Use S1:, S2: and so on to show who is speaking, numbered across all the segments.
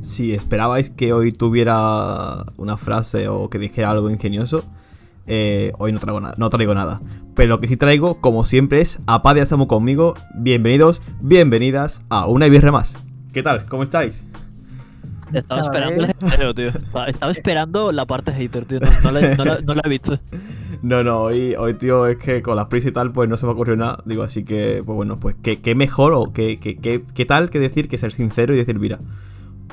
S1: si esperabais que hoy tuviera una frase o que dijera algo ingenioso, eh, hoy no traigo, nada, no traigo nada. Pero lo que sí traigo, como siempre, es a Pad y a Samu conmigo. Bienvenidos, bienvenidas a una birra más. ¿Qué tal? ¿Cómo estáis?
S2: Estaba
S3: Cada
S2: esperando el hateo, tío. Estaba esperando la parte hater, tío. No, no la, no la- no la he visto.
S1: No, no, hoy, hoy, tío, es que con las prisas y tal, pues no se me ocurrió nada. Digo, así que, pues bueno, pues qué, qué mejor o qué, qué, qué- qué tal que decir que ser sincero y decir, mira,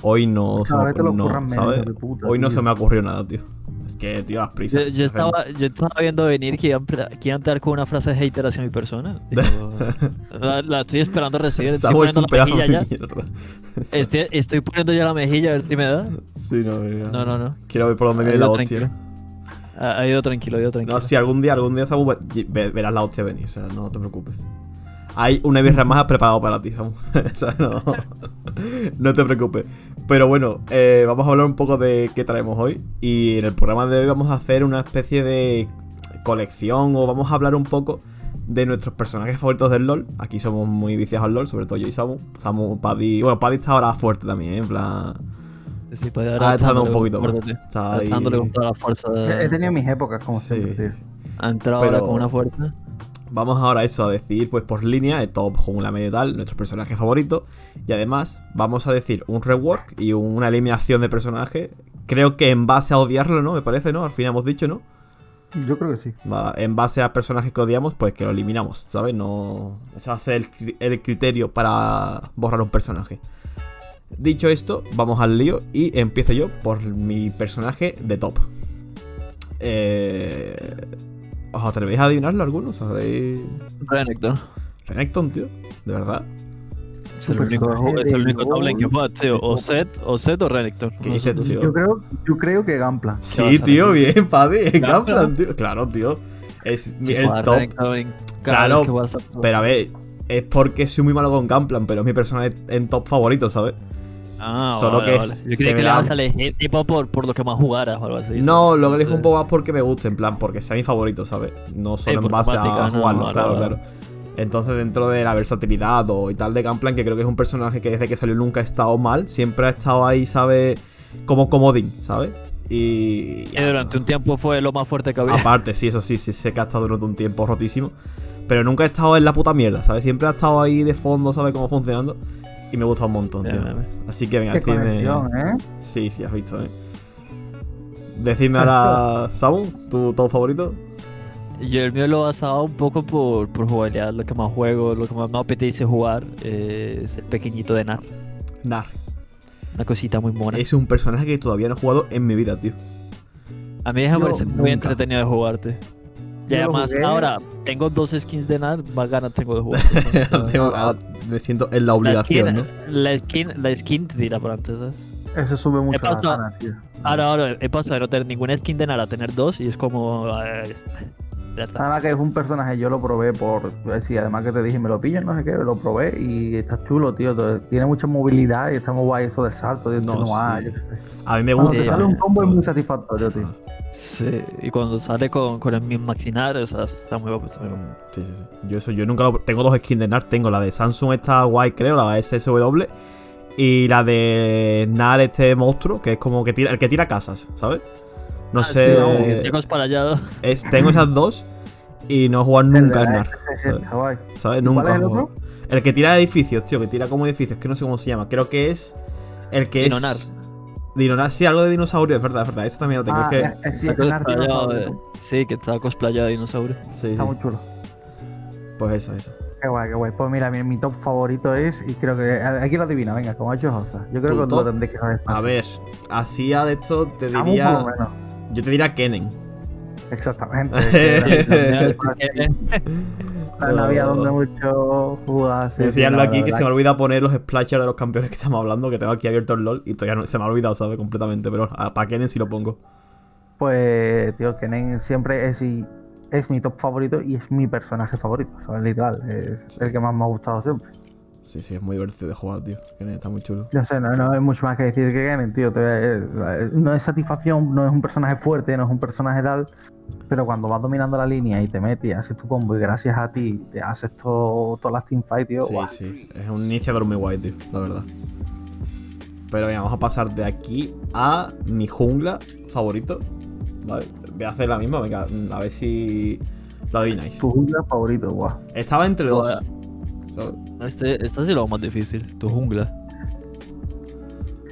S1: hoy no
S3: Cada
S1: se me
S3: vez te lo
S1: ocurrió no,
S3: curran menos,
S1: ¿sabes?
S3: hijo de puta,
S1: Hoy no
S3: tío.
S1: se me ocurrió nada, tío. Es que, tío, las prisas.
S2: Yo, yo estaba, yo estaba viendo venir que iban, pre- que iban a entrar con una frase hater hacia mi persona. Digo, la, la estoy esperando recibir. Estoy
S1: Samu es
S2: poniendo
S1: un
S2: la
S1: pedazo
S2: mejilla
S1: de
S2: ya.
S1: mierda.
S2: Estoy, estoy poniendo ya la mejilla a ver si me da.
S1: Sí, no, mira.
S2: No, no, no.
S1: Quiero ver por dónde viene
S2: Ha
S1: la
S2: ido
S1: hostia.
S2: tranquilo. Ha, ha ido tranquilo, ha ido tranquilo.
S1: No, si algún día, algún día, Samu, ve- ve- verás la hostia venir, o sea, no te preocupes. Hay una birra más preparado para ti, Samu. O sea, no, no te preocupes. Pero bueno, eh, vamos a hablar un poco de qué traemos hoy. Y en el programa de hoy vamos a hacer una especie de colección o vamos a hablar un poco de nuestros personajes favoritos del LOL. Aquí somos muy viciados al LOL, sobre todo yo y Samu. Samu, Paddy. Bueno, Paddy está ahora fuerte también, ¿eh? en plan.
S2: Sí, pues ahora
S1: Ah, está dando
S2: dándole
S1: un poquito más.
S2: fuerte, tío.
S1: Está ahí.
S2: Está dándole con toda la fuerza.
S3: He he tenido mis épocas, como
S1: Ah, Sí.
S3: siempre, tío.
S2: Ha entrado
S1: pero-
S2: ahora con una fuerza.
S1: Vamos ahora a eso, a decidir pues por línea, de top, jungla, medio y tal, nuestros personajes favoritos. Y además vamos a decir un rework y una eliminación de personaje. Creo que en base a odiarlo, ¿no? Me parece, ¿no? Al final hemos dicho, ¿no?
S3: Yo creo que sí.
S1: Va, En base a personajes que odiamos, pues que lo eliminamos, ¿sabes? No... Ese va a ser el, cri- el criterio para borrar un personaje. Dicho esto, vamos al lío y empiezo yo por mi personaje de top. Eh... ¿Os atrevéis a adivinarlo algunos? ¿Sabéis?
S2: Renekton.
S1: Renekton, tío. De verdad.
S2: Pues Es el
S3: Un
S2: único,
S3: personaje
S2: es el
S3: de
S2: único tablet que
S3: LoL.
S2: juega, tío. O Zed, o Zed o Renekton.
S1: ¿Qué
S2: Uno de
S1: dices,
S2: esos dos.
S1: tío?
S3: Yo creo, yo creo que Gampla.
S2: vas
S1: Sí,
S2: a
S1: tío,
S2: decir?
S1: bien, Paddy. En
S2: Claro.
S1: Gunplan, tío. Claro, tío. Es mi-
S2: Sí,
S1: el
S2: juega
S1: top.
S2: Renekton en cada
S1: Claro,
S2: vez que juegas a-
S1: Pero a ver, es porque soy muy malo con Gunplan, pero es mi personaje en top favorito, ¿sabes?
S2: Ah,
S1: solo
S2: vale,
S1: que
S2: vale.
S1: se
S2: Yo creí
S1: me
S2: que le
S1: da-
S2: vas a elegir tipo por, por lo que más jugaras o algo así.
S1: No, lo que elijo un
S2: Sí.
S1: poco más porque me gusta, en plan, porque sea mi favorito, ¿sabes? No solo en
S2: por
S1: base a
S2: temática, no,
S1: jugarlo,
S2: vale,
S1: claro,
S2: vale.
S1: claro. Entonces, dentro de la versatilidad o y tal de Gunplan, que creo que es un personaje que desde que salió nunca ha estado mal, siempre ha estado ahí, ¿sabes? Como comodín, ¿sabes? Y.
S2: Que durante un tiempo fue lo más fuerte que había.
S1: Aparte, sí, eso sí, sí, sé que ha estado durante un tiempo rotísimo. Pero nunca ha estado en la puta mierda, ¿sabes? Siempre ha estado ahí de fondo, ¿sabes cómo funcionando? Y me gusta un montón, tío.
S2: Bien, bien, bien.
S1: Así que venga,
S3: Qué
S1: decidme.
S3: conexión, ¿eh?
S1: Sí, sí, has visto, eh. Decidme ahora, Samu, tu top favorito.
S2: Yo el mío lo basaba un poco por, por jugabilidad, lo que más juego, lo que más me apetece jugar eh, es el pequeñito de Nar.
S1: Nar.
S2: Una cosita muy mona.
S1: Es un personaje que todavía no he jugado en mi vida, tío.
S2: A mí me
S3: Yo
S2: parece muy
S1: nunca.
S2: entretenido de jugarte. Y
S3: Yo lo
S2: además,
S3: jugué.
S2: ahora tengo dos skins de Nar, más ganas tengo de jugar.
S1: Tengo- ahora me siento en la
S2: la, skin,
S1: obligación, ¿no?
S2: la, skin, la skin te tira para antes, ¿sabes?
S3: Eso sube mucho la
S2: pasado-
S3: gana, tío.
S2: Ahora, ahora, he pasado de no tener ninguna skin de nada a tener dos y es como. eh, ya está.
S3: Nada más que es un personaje, yo lo probé por. pues Sí, además que te dije, me lo pillan, no sé qué, lo probé y está chulo, tío. t- Tiene mucha movilidad y está muy guay eso del salto, tío.
S1: No,
S3: No, ah,
S1: sí.
S3: yo qué sé.
S1: A mí me
S3: Cuando te
S1: gusta. Ah.
S3: sale un combo es muy satisfactorio, tío.
S2: Sí, y cuando sale con, con el mismo maxinar, o sea, está muy guapo. está muy guapo.
S1: Sí, sí, sí. Yo eso, yo nunca lo- Tengo dos skins de NAR. Tengo la de Samsung esta guay, creo, la SSW. Y la de NAR este monstruo, que es como que tira, el que tira casas, ¿sabes? No
S2: Ah,
S1: sé.
S2: sí, no, Llegamos para allá.
S1: es- tengo esas dos y no he jugado nunca en NAR.
S3: Ese Está guay.
S1: ¿Sabes?
S3: ¿Y cuál
S1: Nunca.
S3: es el
S1: he jugado.
S3: otro?
S1: El que tira edificios, tío, que tira como edificios, que no sé cómo se llama. Creo que es. El que
S2: Dinonar.
S1: es. Dinonar, sí, algo de dinosaurio, es verdad, es verdad. Ese también lo tengo. es
S3: Ah,
S1: que.
S3: es- es- sí,
S2: Está
S3: es un arte
S2: cosplayado de-
S3: dinosaurio.
S2: Sí, que está cosplayado de dinosaurio.
S1: sí,
S3: Está
S1: sí.
S3: muy chulo.
S1: Pues esa, esa.
S3: Qué guay, qué guay. Pues mira, mi, mi top favorito es, y creo que aquí lo adivina, venga, como ha hecho Josa. Yo
S1: ¿Tu
S3: creo que tú lo
S1: top?
S3: tendréis que saber.
S1: A
S3: fácil.
S1: ver, así de esto te
S3: Samu, por lo
S1: diría.
S3: menos.
S1: Yo te diría Kennen.
S3: Exactamente. no había donde mucho jugar. sí,
S1: Enseñarlo
S3: sí, la
S1: aquí que
S3: verdad
S1: se me ha olvidado poner los splashers de los campeones que estamos hablando, que tengo aquí abierto el LOL y todavía no- se me ha olvidado, ¿sabes? Completamente, pero ah, para Kennen sí lo pongo.
S3: Pues, tío, Kenen siempre es, y- es mi top favorito y es mi personaje favorito, ¿sabes? Literal, es el que más me ha gustado siempre.
S1: Sí, sí, es muy divertido de jugar, tío. Kennen está muy chulo.
S3: Ya sé, no, no hay mucho más que decir que Kenen, tío. te- eh, no es satisfacción, no es un personaje fuerte, no es un personaje tal, pero cuando vas dominando la línea y te metes y haces tu combo y gracias a ti te haces to- todas las teamfights, tío,
S1: Sí,
S3: guau,
S1: sí. Es un iniciador muy guay, tío, la verdad. Pero venga, vamos a pasar de aquí a mi jungla favorito. Vale, voy a hacer la misma, venga, a ver si lo adivináis.
S3: Tu jungla favorito, guau.
S1: Estaba entre dos.
S2: Joder. Este, esta sí lo hago más difícil, tu jungla.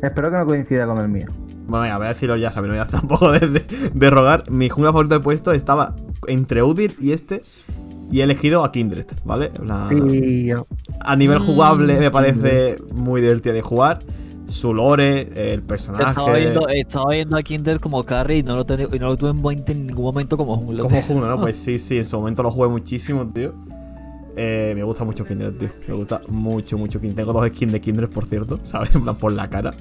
S3: Espero que no coincida con el mío.
S1: Bueno, venga, voy a decirlo ya, Javi, no voy a hacer tampoco de, de- de rogar. Mi jungla favorito de puesto estaba entre Udit y este. Y he elegido a Kindred, ¿vale? Una-
S3: Sí, yo.
S1: A nivel jugable me parece muy divertido de jugar. Su lore, el
S2: Estaba
S1: personaje.
S2: viendo, estaba viendo a Kinder como carry y no lo, tenía- y no lo tuve en, buen- en ningún momento como jungla.
S1: Como jungla, ¿no? Pues sí, sí, en su momento lo jugué muchísimo, tío. Eh, me gusta mucho Kindred, tío. Me gusta mucho, mucho Kindred. Tengo dos skins de Kindred, por cierto, ¿sabes? En plan, por la cara.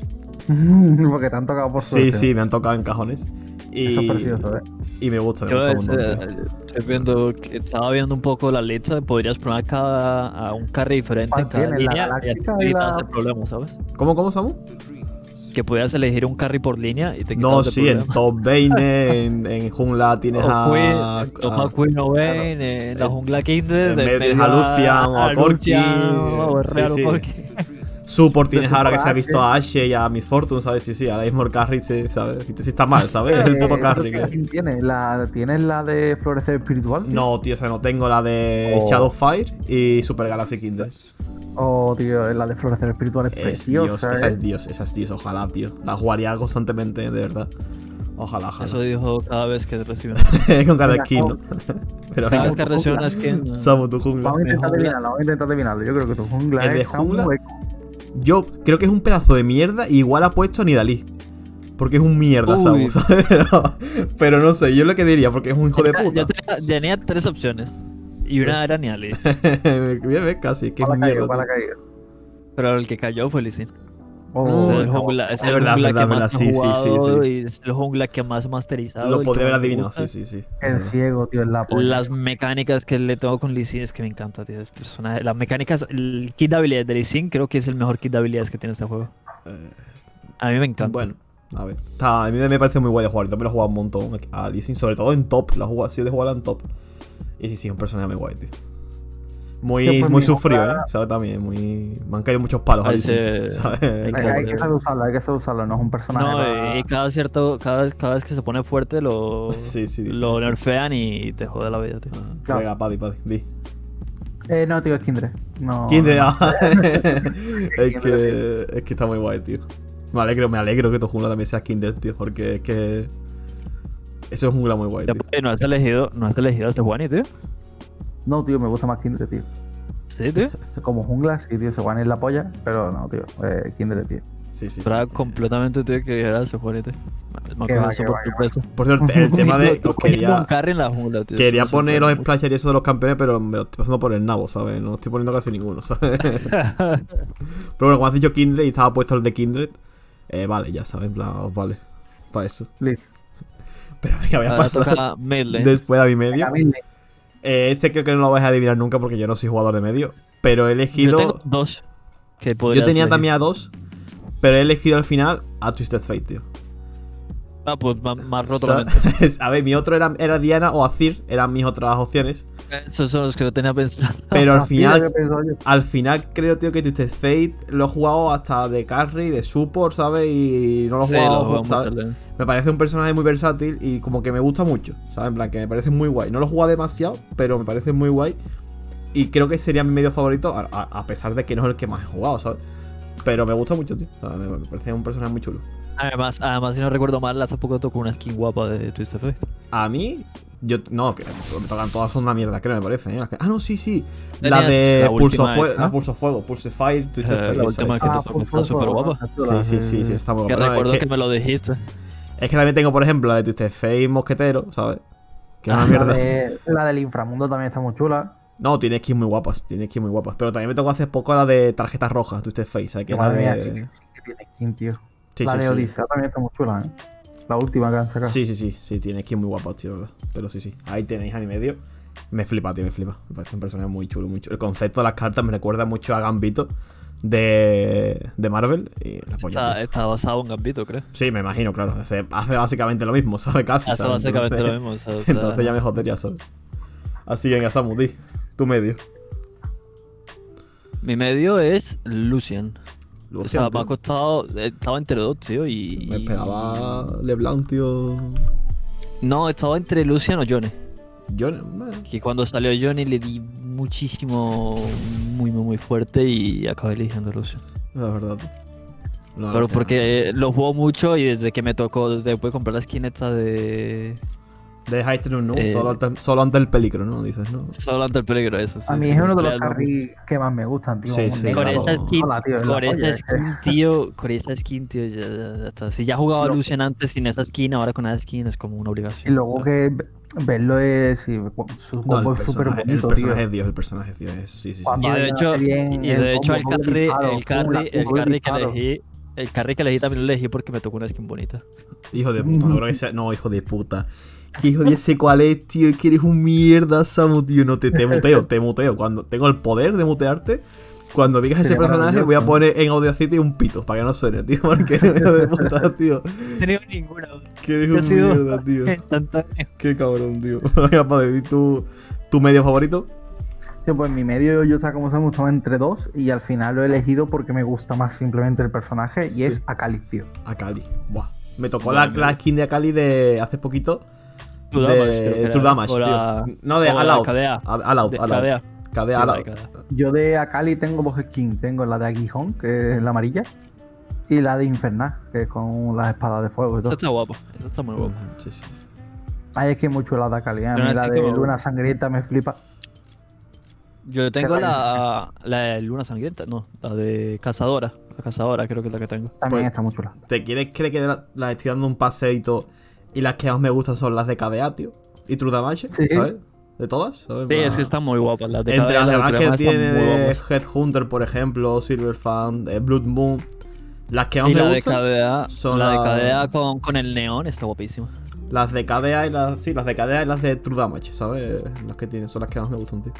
S3: Porque te han tocado por
S1: Sí,
S3: suerte.
S1: sí, me han tocado en cajones. Y,
S3: Eso es precioso, ¿eh?
S1: y me gusta, me
S2: Yo
S1: gusta un
S2: es,
S1: montón, tío.
S2: eh, estoy viendo, que- estaba viendo un poco la lista, podrías poner cada, a un carry diferente en
S3: ¿Cuál
S2: cada
S3: tienes? ¿La
S2: línea y así
S3: galáctica
S2: te
S3: y
S2: quitas
S3: la-
S2: el problema, ¿sabes?
S1: ¿Cómo, cómo, Samu?
S2: Que podías elegir un carry por línea y te quitas
S1: No,
S2: el
S1: sí, en
S2: problema.
S1: Top Bane, en, en Jungla tienes
S2: O
S1: a.
S2: Queen, Toma
S1: a-
S2: Queen Owen, en la
S1: Eh,
S2: jungla Kindred,
S1: en vez de
S2: medio
S1: a Lucian o a
S2: Lucian
S1: Corki,
S2: o a
S1: sí,
S2: Real
S1: sí.
S2: Corki.
S1: Support tienes
S3: Desde
S1: ahora que se ha
S3: Parache.
S1: visto a Ashe y a Miss Fortune, ¿sabes? Sí, sí, ahora mismo el carry, se, ¿sabes? Viste si está mal, ¿sabes?
S3: Eh,
S1: El puto
S3: ¿eso
S1: carry.
S3: qué
S1: que-
S3: skin ¿Tienes la, ¿tienes la de florecer espiritual? tío?
S1: No, tío, o sea, no tengo la de
S3: Oh.
S1: Shadowfire y Super Galaxy Kindred.
S3: Oh, tío, la de florecer espiritual es,
S1: Es Dios,
S3: preciosa.
S1: esa
S3: ¿eh?
S1: es Dios, esa es Dios, ojalá, tío. La jugaría constantemente, de verdad. Ojalá,
S2: Eso
S1: ojalá.
S2: dijo cada vez que recibe.
S1: Con cada
S3: Venga,
S1: skin, ¿no?
S3: vamos.
S1: Pero
S2: Cada
S1: venga,
S2: vez que recibe una skin. eh,
S1: Samu, tu jungla.
S3: Vamos a intentar
S2: jungla.
S3: adivinarlo, vamos a intentar adivinarlo. Yo creo que tu jungla ¿eh?
S1: ¿El de
S3: es Samu
S1: jungla?
S3: Ek-
S1: Yo creo que es un pedazo de mierda y igual ha puesto a Nidalí. Porque es un mierda, Samu,
S2: Uy.
S1: ¿sabes? Pero, pero no sé, yo lo que diría, porque es un hijo de
S2: Yo
S1: puta.
S2: tenía, tenía tres opciones. Y una era Niali.
S1: Bien, ves, casi, que es
S3: Pala
S1: un mierda.
S3: caído, pala
S1: tío.
S3: caído.
S2: Pero el que cayó fue Lissin.
S3: Oh,
S2: es el
S3: Samu.
S2: jungla, es
S1: Es
S2: el
S1: verdad,
S2: jungla
S1: verdad,
S2: que más
S1: verdad,
S2: he
S1: sí, sí, sí,
S2: jugado
S1: sí.
S2: y es el jungla que más masterizado. y
S1: Lo
S2: que
S1: podría haber
S2: más me
S1: adivinado,
S2: gusta.
S1: sí, sí, sí.
S3: El ciego, tío, es la polla.
S2: Las mecánicas que le tengo con Lissin es que me encanta, tío. es persona- Las mecánicas, el kit de habilidades de Lissin creo que es el mejor kit de habilidades que tiene este juego.
S1: Eh,
S2: A mí me encanta.
S1: Bueno, a ver. Está, a mí me parece muy guay de jugar. También lo he jugado un montón a Lissin, sobre todo en top. La he jugado- sí, de jugarla en top. Y sí, sí, es un personaje muy guay, tío. Muy,
S3: Yo, pues,
S1: muy
S3: mi
S1: sufrido, ¿eh?
S3: jungla-
S1: ¿Sabes? También, muy. Me han caído muchos palos a
S2: Ese-
S1: Lissin, ¿sabes?
S3: Hay, hay que saber usarlo, hay que saber usarlo, no es un personaje.
S2: No, eh,
S3: para-
S2: y, y cada cierto, cada, cada vez que se pone fuerte lo,
S1: Sí, sí.
S2: lo nerfean y te jode la vida, tío.
S1: Ah,
S3: Claro.
S1: Venga, Paddy, Paddy, di.
S3: Eh, no, tío, es Kindred. No,
S1: Kindred,
S3: no.
S1: ah, es, que,
S3: Kindred,
S1: es que está muy guay, tío. Me alegro, me alegro que tu jungla también sea Kindred, tío, porque es que. Eso es un jungla muy guay, tío.
S2: Eh, ¿No has elegido, no has elegido a este Juani, tío?
S1: ah.
S3: No, tío, me gusta más Kindred, tío.
S2: Sí, tío.
S3: Como jungla, sí, tío, se van a ir la polla, pero no, tío, eh, Kindred, tío.
S1: Sí, sí, sí.
S2: Esperaba completamente, tío, que dijera ese Juani, tío. Me- Me
S3: Qué
S2: acuerdo
S3: va,
S2: eso
S3: qué
S2: por
S3: va, qué
S2: completo.
S1: Por cierto, el tema de.
S2: Yo
S1: os quería,
S2: un carry en la jungla, tío.
S1: quería
S2: eso me
S1: poner los
S2: sorprende
S1: splashers y eso de los campeones, pero me lo estoy pasando por el nabo, ¿sabes? No estoy poniendo casi ninguno, ¿sabes? pero
S2: mucho.
S1: bueno, cuando has dicho Kindred y estaba puesto el de Kindred, eh, vale, ya sabes, en plan, os vale. Para eso.
S3: Listo.
S1: Pero venga, voy a
S2: Ahora
S1: pasar
S2: toca mid lane.
S1: después de mi medio.
S3: Venga, Midlane.
S1: Eh, este creo que no lo vais a adivinar nunca porque yo no soy jugador de medio. Pero he
S2: Yo
S1: elegido.
S2: tengo dos. Que
S1: Yo
S2: podrías
S1: tenía
S2: elegir.
S1: también a dos, pero he elegido al final a Twisted Fate, tío.
S2: Ah, pues más, más
S1: O
S2: roto
S1: sea,
S2: la mente.
S1: a ver, mi otro era, era Diana o Azir, eran mis otras opciones.
S2: Esos son los que yo tenía pensado.
S1: Pero
S3: Ah,
S1: al
S3: sí, lo
S1: final,
S3: había pensado yo.
S1: al final creo, tío, que Twisted Fate lo he jugado hasta de carry, de support, ¿sabes? Y no lo he
S2: Sí,
S1: jugado,
S2: los jugamos
S1: ¿sabes?
S2: también.
S1: Me parece un personaje muy versátil y como que me gusta mucho, ¿sabes? En plan, que me parece muy guay. No lo he jugado demasiado, pero me parece muy guay. Y creo que sería mi medio favorito, a, a- a pesar de que no es el que más he jugado, ¿sabes? Pero me gusta mucho, tío. O sea, me, me parece un personaje muy chulo.
S2: Además, además, si no recuerdo mal, hace poco tocó una skin guapa de Twisted Fate.
S1: A mí, yo. No, que me tocan todas son una mierda, creo, me parece. ¿eh? Las que- Ah, no, sí, sí. La
S2: Tenías
S1: de
S2: la
S1: Pulso
S2: última,
S1: Fuego.
S2: ¿no?
S1: La Pulso Fuego, Pulse Fire, Twisted
S2: Eh,
S1: Fate, esa,
S2: la última
S1: esa.
S2: que- está
S3: por
S2: súper
S3: favor,
S2: guapa.
S3: está chula,
S1: Sí, sí, sí, sí, está muy
S2: Que
S1: guapa. No,
S2: recuerdo
S1: es,
S2: que...
S1: que,
S2: me lo dijiste.
S1: es que también tengo, por ejemplo, la de Twisted Fate Mosquetero, ¿sabes? Que es una
S2: Ah,
S3: La,
S1: mierda.
S3: de- la del inframundo también está muy chula.
S1: No, tiene skins muy guapas, tiene skins muy guapas. Pero también me tocó hace poco la de tarjetas rojas, Twisted Face, ¿sabes? Que
S3: Que madre
S1: era
S3: mía,
S1: de-
S3: sí, que- sí que tiene skin, tío.
S1: Sí,
S3: la
S1: sí,
S3: de
S1: sí.
S3: Odisea también está muy chula, ¿eh? La última que han sacado.
S1: Sí, sí, sí, sí, tiene skins muy guapas, tío, ¿verdad? Pero sí, sí. Ahí tenéis a mi medio. Me flipa, tío, me flipa. Me parece un personaje muy chulo, muy chulo. El concepto de las cartas me recuerda mucho a Gambito de, de Marvel. Y la polla,
S2: Está,
S1: tío.
S2: está basado en Gambito, creo.
S1: Sí, me imagino, claro. Hace, hace básicamente lo mismo, ¿sabes? Casi.
S2: Hace
S1: ¿sabes?
S2: básicamente
S1: Entonces-
S2: lo mismo. o sea, o sea,
S1: Entonces ya me jodería, ¿sabes? Así que venga, Samu, di, tu medio.
S2: Mi medio es Lucian.
S1: Luego
S2: O sea,
S1: siempre.
S2: me ha costado. eh, Estaba entre dos, tío. Y.
S1: Me esperaba LeBlanc, tío.
S2: No, estaba entre Lucian o Johnny.
S1: Yo, eh, bueno,
S2: Que cuando salió Johnny le di muchísimo. Muy, muy, muy fuerte y acabé eligiendo Lucian.
S1: la verdad. No,
S2: Pero
S1: gracias.
S2: porque lo juego mucho y desde que me tocó, desde después de comprar la skin esta de.
S1: De Hydrant, no,
S2: Eh,
S1: solo, ante, solo ante el peligro, ¿no? Dices, ¿no?
S2: Solo ante el peligro, eso. sí,
S3: A mí
S2: sí,
S3: es uno de
S2: sí,
S3: los
S2: algo-
S3: carries que más me gustan, tío.
S1: Sí,
S3: un
S1: sí.
S3: negro.
S2: Con esa skin,
S3: Hola, tío, es la eh.
S2: con esa
S3: polla, es que-
S2: skin, tío, con esa skin, tío, ya, ya- ya está. Si ya jugaba
S3: Lo-
S2: Lucian antes sin esa skin, ahora con esa skin es como una
S3: Y
S2: obligación.
S3: luego
S2: ¿sabes?
S3: que ve- verlo es. sí, su
S1: No,
S3: combo es
S1: el
S3: súper
S1: personaje, el
S3: bonito, tío.
S1: personaje es Dios, el personaje es Dios. es- sí, sí, sí,
S3: Cuando
S2: Y
S1: sí.
S2: de
S3: Vaya,
S2: hecho,
S3: qué bien,
S2: y de
S3: el
S2: hecho el
S3: combo doble
S2: carry,
S3: disparo,
S2: el carry, el
S3: doble
S2: carry que
S3: disparo.
S2: elegí, el carry que elegí también lo elegí porque me tocó una skin bonita.
S1: Hijo de puta, no creo que sea. No, hijo de puta. Que hijo de ese cuál es, tío. Que eres un mierda, Samu, tío. No te, te muteo, te muteo. Cuando tengo el poder de mutearte, cuando digas ese
S3: Sería
S1: personaje, voy a
S3: maravilloso.
S1: poner en Audacity un pito para que no suene, tío. Porque eres un hijo de puta, tío.
S2: No he tenido ninguna.
S1: Que eres
S2: Yo he
S1: un
S2: sido
S1: mierda, tío.
S2: instantáneo.
S1: Qué cabrón, tío. Venga, padre, ¿y tu, tu medio favorito?
S3: Tío, pues mi medio, yo estaba como Samu, estaba entre dos. Y al final lo he elegido porque me gusta más simplemente el personaje. Y
S1: Sí.
S3: es Acalis, tío.
S1: Akali. Buah. Me tocó
S2: Buah,
S1: la,
S2: me-
S1: la skin de Akali de hace poquito.
S2: True Damage, creo que
S1: de
S2: era,
S1: True Damage,
S2: o la-
S1: tío. No, de
S2: o la
S1: All Out.
S2: KDA.
S1: All All Out,
S2: De
S1: All Out.
S2: KDA.
S1: KDA,
S2: Sí,
S1: All
S2: la
S1: Out.
S2: cara.
S3: Yo de Akali tengo dos skins. Tengo la de Aguijón, que es la amarilla. Y la de Infernal, que es con las espadas de fuego y
S2: Eso
S3: todo.
S2: está guapo, eso está muy guapo.
S1: Sí, sí.
S3: Ay, es que mucho la de Akali. A
S2: Pero
S3: mí
S2: no
S3: la
S2: es
S3: de
S2: que como-
S3: Luna Sangrienta me flipa.
S2: Yo tengo
S3: Qué
S2: la, la de Luna Sangrienta, no, la de Cazadora. La Cazadora creo que es la que tengo.
S3: También
S1: Pues-
S3: está muy chula.
S1: ¿Te quieres creer que la- las estoy dando un paseito y las que más me gustan son las de KDA, tío? Y True Damage,
S3: Sí.
S1: ¿sabes? ¿De todas? ¿sabes?
S2: Sí,
S1: Más-
S2: es que están muy guapas las de
S1: Entre
S2: cada-
S1: las demás
S2: de
S1: que
S2: cada están
S1: tiene
S2: muy
S1: de
S2: guapas.
S1: Headhunter, por ejemplo, Silver Fan, eh, Blood Moon, las que más
S2: Y
S1: me
S2: la de
S1: gustan,
S2: KDA,
S1: son
S2: la de
S1: la-
S2: KDA con, con el neón está guapísima.
S1: las de KDA y las, sí, las de KDA y las de True Damage, ¿sabes? Las que tienen, son las que más me gustan, tío.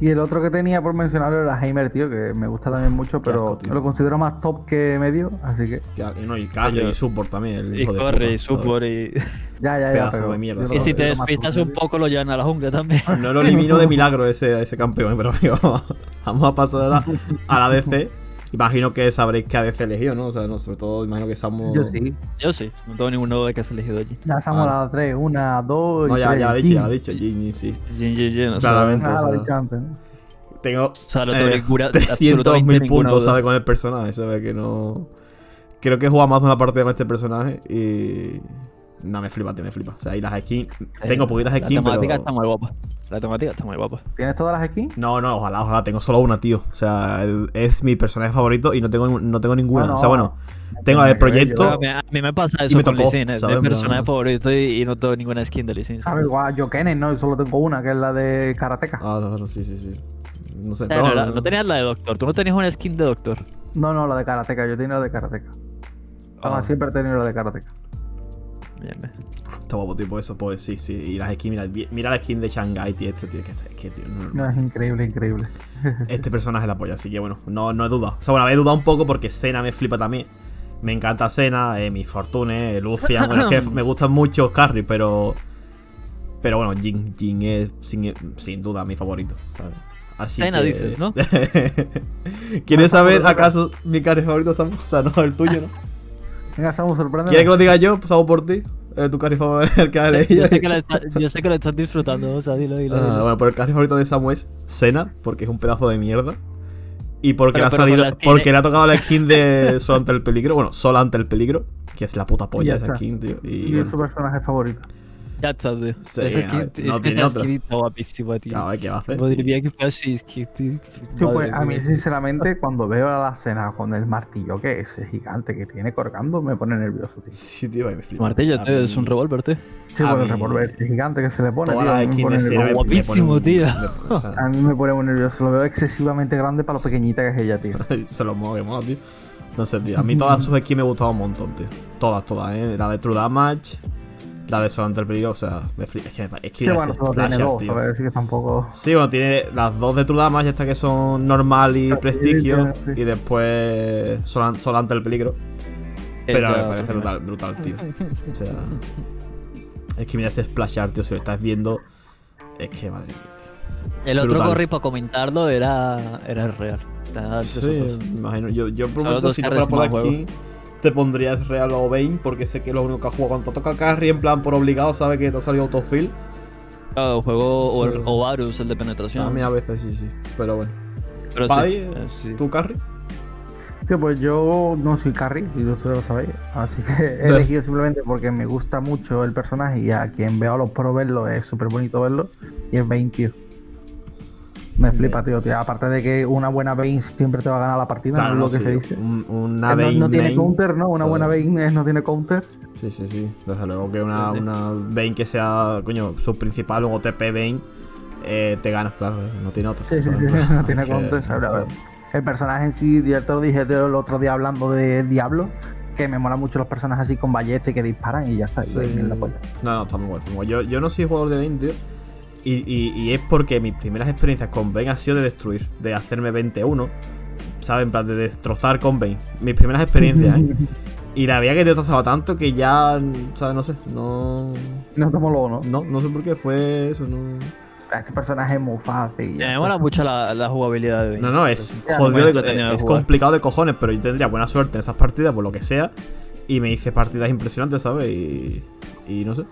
S3: Y el otro que tenía por mencionarlo era Heimer, tío, que me gusta también mucho,
S1: Qué
S3: pero
S1: asco, tío.
S3: lo considero más top que medio, así que
S1: Que- Y, no, y Carry
S2: Oye.
S1: y Support también, el
S2: Y
S1: hijo de
S2: corre,
S1: puta,
S2: y support, y...
S3: ya, ya, ya.
S1: Pedazo
S3: Pero
S1: de mierda,
S3: yo
S1: sí.
S3: lo
S2: y si te
S3: considero más
S2: despistas
S3: top
S2: un poco lo llevan a la jungla también.
S1: ¿sabes? Pues No lo elimino de milagro ese, ese campeón, pero venga, vamos, vamos a pasar a la, a la DC. Imagino que sabréis que ADC eligió, ¿no? O sea, no, sobre todo imagino que
S3: que
S1: estamos...
S3: medio. Yo sí.
S2: Yo sí, no tengo ningún nuevo de que has elegido allí.
S3: Ya estamos
S1: Vale.
S3: a las 3, 1, 2
S1: Ah. No,
S3: y
S1: ya,
S3: 3.
S1: ya lo he dicho, ya lo he dicho, Jin, sí.
S2: Jin, Jin, Jin, o sea,
S1: Claramente, o
S3: Ah, lo he
S1: sea,
S3: dicho antes. ¿no?
S1: tengo
S2: O sea, lo
S1: eh,
S2: tengo que curar de absolutamente
S1: 300.000
S2: ninguna
S1: puntos,
S2: duda.
S1: ¿sabes? Con el personaje, ¿sabes? Que no... Creo que he jugado más de una partida con este personaje y... No, me flipa, tío, me flipa. O sea, y las skins... Tengo poquitas
S2: Eh, La
S1: skins,
S2: temática
S1: pero...
S2: está muy guapa. La temática está muy guapa.
S3: ¿Tienes todas las skins?
S1: No, no, ojalá, ojalá. Tengo solo una, tío. O sea, el- es mi personaje favorito y no tengo, no tengo ninguna.
S3: Bueno,
S1: o sea, bueno, tengo la del
S3: tiene que ver,
S1: proyecto.
S3: yo-
S2: A mí, a mí me pasa
S1: Y
S2: eso
S1: me
S2: con
S1: tocó,
S2: Lee Sin, es
S1: ¿sabes?
S2: mi
S1: En plan-
S2: personaje favorito y, y no tengo ninguna skin de Lee Sin.
S3: Sabe, igual yo Kennen, ¿no? Yo solo tengo una, que es la de Karateka.
S1: Ah, no, no, sí, sí, sí. No sé.
S2: Eh, no,
S1: pero-
S2: la- no tenías la de Doctor, tú no tenías una skin de Doctor.
S3: No, no, la de Karateka, yo tenía la de Karateka.
S2: Ah.
S3: Además, siempre he tenido la de Karateka.
S2: Bien, bien.
S1: Está guapo, tío, pues eso, pues sí, sí. Y las skins, mira, vi- mira la skin de Shanghai, tío, esto, tío, que, está- que, tío, no, no.
S3: No, es increíble, increíble.
S1: Este personaje es la polla, así que bueno, no, no he dudado. O sea, bueno, he dudado un poco porque Sena me flipa también. Me encanta Sena, eh, mis Fortune, eh, Lucian, bueno, es que me gustan mucho Carry, pero. Pero bueno, Jin, Jin es sin, sin duda mi favorito, ¿sabes? Así
S2: Senna
S1: que-
S2: dices, ¿no?
S1: ¿Quieres saber acaso mi carry favorito, Samu? O sea, no, el tuyo, ¿no?
S3: Venga, Samu, sorprende.
S1: ¿Quieres que lo diga yo? Pasamos por ti. Eh, tu carry favorito, el que has
S2: Yo
S1: elegido.
S2: sé que la está- yo sé que lo estás disfrutando, o sea, dilo, dilo.
S1: Ah,
S2: dilo.
S1: bueno, pero el carry favorito de Samu es Sena, porque es un pedazo de mierda. Y porque,
S2: Pero-
S1: le, ha
S2: pero con
S1: salido,
S2: la skin-
S1: porque le ha tocado la skin de Sol ante el peligro. Bueno, Sol ante el peligro, que es la puta polla
S3: Ya
S1: esa
S3: está.
S1: skin, tío. Y,
S3: Y
S1: bueno,
S3: es su personaje favorito.
S2: Ya está, tío.
S1: Sí,
S2: esa
S1: a ver,
S2: skin,
S1: no
S2: es que
S1: tiene
S2: esa
S1: otra.
S2: skin está guapísima, tío.
S1: claro, ¿qué va a hacer? Sí.
S2: Podría que fuese, es que-
S3: Yo, pues,
S2: madre
S3: a mí,
S2: mía.
S3: sinceramente, cuando veo a la cena con el martillo que ese gigante que tiene colgando, me pone nervioso, tío.
S1: Sí, tío, ay, me flipa.
S2: Martillo,
S1: A
S2: tío, es
S1: mí-
S2: un revólver, tío.
S3: Sí,
S1: A
S3: con el
S1: mí-
S3: revólver ese gigante que se le pone, tío.
S1: Todas las
S3: A mí, me
S1: skins
S3: pone
S1: de Sena me-
S3: nervioso.
S1: me ponen-
S2: Guapísimo, tío.
S1: me- o sea,
S3: a mí me pone muy nervioso, lo veo excesivamente grande para lo pequeñita que es ella, tío.
S1: se lo mueve, mola, tío. No sé, tío. A mí todas sus skins me gustaban un montón, tío. Todas, todas, ¿eh? La de True Damage, la de Solante el Peligro, o sea, me flipa. Es que, es que
S3: Sí,
S1: las
S3: bueno, solo tiene
S1: splashes,
S3: dos,
S1: tío.
S3: ¿sabes? Así que tampoco.
S1: Sí, bueno, tiene las dos de True Damage, estas que son normal y
S3: Sí,
S1: prestigio,
S3: sí.
S1: y después Solan- Solante el Peligro. Pero me
S2: Esa-
S1: parece brutal, brutal, tío. O sea, es que mira ese splash art, tío, si lo estás viendo, es que madre mía, tío.
S2: El otro
S1: Brutal.
S2: corri para comentarlo era, era el real. nada entre
S1: Sí,
S2: nosotros.
S1: me imagino. Yo, yo por
S2: Son
S1: un
S2: los
S1: momento,
S2: dos
S1: si no
S2: Carries
S1: fuera por
S2: más
S1: aquí, te pondría Real o Bane, porque sé que es lo único que ha jugado. Cuando toca Carry, en plan por obligado, sabe que te ha salido autofill.
S2: Claro, juego o-
S1: Sí.
S2: o Varus, el de
S1: A mí
S2: penetración.
S1: a veces sí, sí. Pero bueno.
S2: Pero sí,
S1: Pai,
S2: eh, sí.
S1: ¿Tú Carry?
S3: Tío, pues yo no soy carry, y ustedes lo sabéis. Así que he
S1: Claro.
S3: elegido simplemente porque me gusta mucho el personaje y a quien veo a los pro verlo es súper bonito verlo. Y es Bane, tío. Me flipa, tío, tío. Aparte de que una buena Bane siempre te va a ganar la partida,
S1: Claro,
S3: no
S1: no,
S3: es lo que
S1: sí,
S3: se dice.
S1: un- una
S3: Eh, No,
S1: Bane
S3: no tiene
S1: main.
S3: counter, ¿no? Una
S1: Joder.
S3: buena Bane es- no tiene counter.
S1: Sí, sí, sí. Desde luego que una,
S2: Sí, sí.
S1: una Bane que sea, coño, su principal, un OTP Bane, eh, te ganas, claro. eh, No tiene otra.
S3: Sí,
S1: Claro.
S3: sí, sí, no tiene
S1: Que-
S3: counter. sabrá, a ver. El personaje en sí, ya te lo dije te- el otro día hablando de Diablo, que me mola mucho los personajes así con ballesta y que disparan y ya está. y
S1: Sí.
S3: Bane es la polla.
S1: No, no, está muy guay. está muy guay. Yo, yo no soy jugador de Bane, tío. Y, y- y es porque mis primeras experiencias con Bane han sido de destruir, de hacerme 21, ¿sabes? En plan, de destrozar con Bane. Mis primeras experiencias, ¿eh? Y la había que destrozaba tanto que ya, ¿sabes? No sé, no.
S3: No te moló, ¿no?
S1: No, no sé por qué fue eso, no.
S3: A Este personaje es muy fácil. ya
S2: Me
S3: está.
S2: mola mucho la, la jugabilidad de Bane.
S1: No, no, es
S3: Ya,
S1: jodido,
S2: bueno,
S1: de-
S2: tenía que
S1: es
S2: jugar.
S1: complicado de cojones, pero yo tendría buena suerte en esas partidas, por lo que sea. Y me hice partidas impresionantes, ¿sabes? Y, y no sé.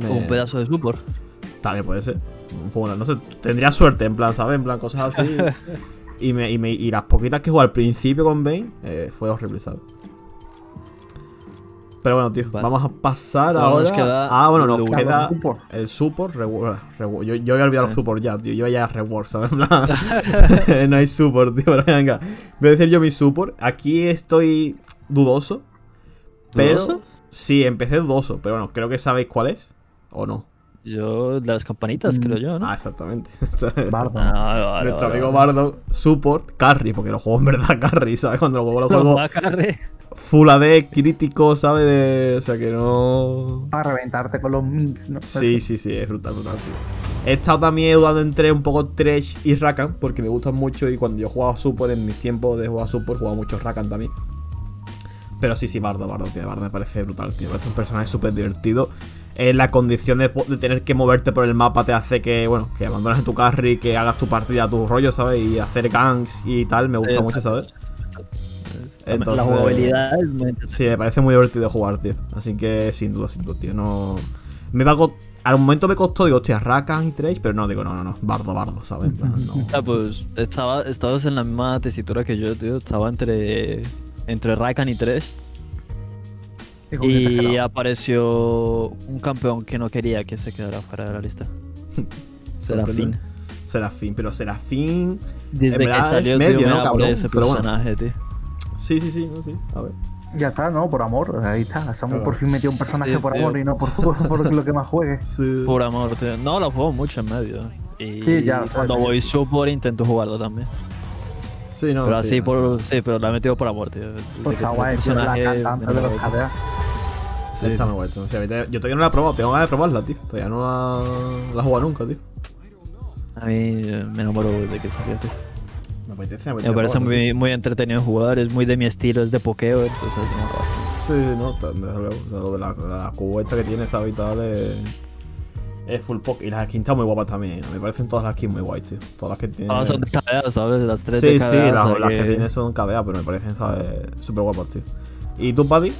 S1: me-
S2: Como un pedazo de support.
S1: También puede ser. Bueno, no sé, tendría suerte, en plan, ¿sabes? En plan, cosas así. y, me, y, me- y las poquitas que jugué al principio con Bane eh, fue horrible, ¿sabes? Pero bueno, tío,
S2: Vale.
S1: vamos a pasar
S2: Solo
S1: ahora.
S2: nos queda
S1: ah, bueno, nos
S2: Lulu.
S1: queda
S3: Claro, support.
S1: el support. reward- reward. Yo, yo había olvidado
S2: Sí.
S1: el support ya, tío. Yo ya reward, ¿sabes? En plan, no hay support, tío. Pero venga, voy a decir yo mi support. Aquí estoy dudoso. Pero
S2: ¿Dudoso?
S1: sí, empecé dudoso. Pero bueno, creo que sabéis cuál es. ¿O no?
S2: Yo, de las campanitas, creo yo, ¿no?
S1: Ah, exactamente. ¿Sabes?
S3: Bardo.
S2: Ah, vale, vale,
S1: Nuestro
S2: vale,
S1: amigo
S2: vale.
S1: Bardo, support, carry, porque lo juego en verdad carry, ¿sabes? Cuando lo juego, lo
S2: Los
S1: juego
S2: macarres.
S1: full AD, crítico, ¿sabes? De- O sea que no.
S3: Para reventarte con los memes, ¿no? Pues,
S1: Sí, sí, sí, es brutal, brutal, tío. He estado también dudando entre un poco Trash y Rakan, porque me gustan mucho y cuando yo jugaba support en mis tiempos de jugar support, jugaba mucho Rakan también. Pero sí, sí, Bardo, Bardo, tío, Bardo me parece brutal, tío. Me parece un personaje súper divertido. Eh, la condición de, po- de tener que moverte por el mapa te hace que, bueno, que abandones tu carry, que hagas tu partida a tu rollo, ¿sabes? Y hacer ganks y tal, me gusta
S2: Eh,
S1: mucho, ¿sabes?
S2: la
S1: Entonces-
S2: jugabilidad es muy interesante.
S1: Sí, me parece muy divertido jugar, tío. Así que sin duda, sin duda, tío. No. Me va a co- Al momento me costó, digo, hostia, Rakan y Trash, pero no, digo, no, no, no, bardo, bardo, ¿sabes? En plan, no.
S2: Ah, pues estaba, estabas en la misma tesitura que yo, tío. Estaba entre, entre Rakan y Tres.
S3: Digo, qué
S2: Y ah.
S3: exagerado.
S2: apareció un campeón que no quería que se quedara fuera de la lista. Serafín.
S1: Sorprendente. Serafín, pero Serafín.
S2: Desde que
S1: verdad es
S2: salió,
S1: medio,
S2: tío, me
S1: ¿no,
S2: enamoré
S1: cabrón?
S2: de ese
S1: Pero bueno.
S2: personaje, tío.
S1: Sí, sí, sí, no, sí. A ver.
S3: Ya está, ¿no? Por amor, ahí está. Samu
S1: Claro.
S3: por fin metió un personaje
S2: Sí,
S3: por
S2: tío.
S3: amor y no por, por, por lo que más juegue.
S1: Sí.
S2: Por amor, tío. No, lo juego mucho en medio. Y
S3: Sí, ya, o sea,
S2: cuando
S3: que-
S2: voy support intento jugarlo también.
S1: Sí, no,
S2: pero
S1: sí,
S2: así
S1: no.
S2: por... Sí, pero la he metido por amor, tío. Desde
S3: Por
S2: que salió
S3: favor,
S2: el
S3: tío, la
S2: personaje,
S3: cantante
S2: me
S3: de los
S2: enamoré.
S3: KDA.
S2: Sí.
S1: Está muy guay, esto. O sea, yo todavía no la he probado, tengo ganas de probarla, tío. Todavía no la, la he jugado nunca, tío.
S2: A mí eh, me enamoro de que salió, tío.
S1: Me apetece, me apetece.
S2: Me parece
S1: probarla, tío.
S2: muy, muy entretenido jugar, es muy de mi estilo, es de pokeo, entonces no, pues,
S1: Sí, no, t- desde luego. O sea, lo de la, la, cubo esta que tiene esa habitada de. Es full pocket. Y las skins están muy guapas también. Me parecen todas las skins muy guays, tío. Todas las que tiene.
S2: Todas Ah, son de cadera, ¿sabes? Las tres
S1: sí,
S2: de
S1: sí,
S2: cadera, o
S1: las,
S2: sea
S1: las que...
S2: que-
S1: tiene son cadea, pero me parecen, ¿sabes? Súper guapas, tío. ¿Y tú, Paddy?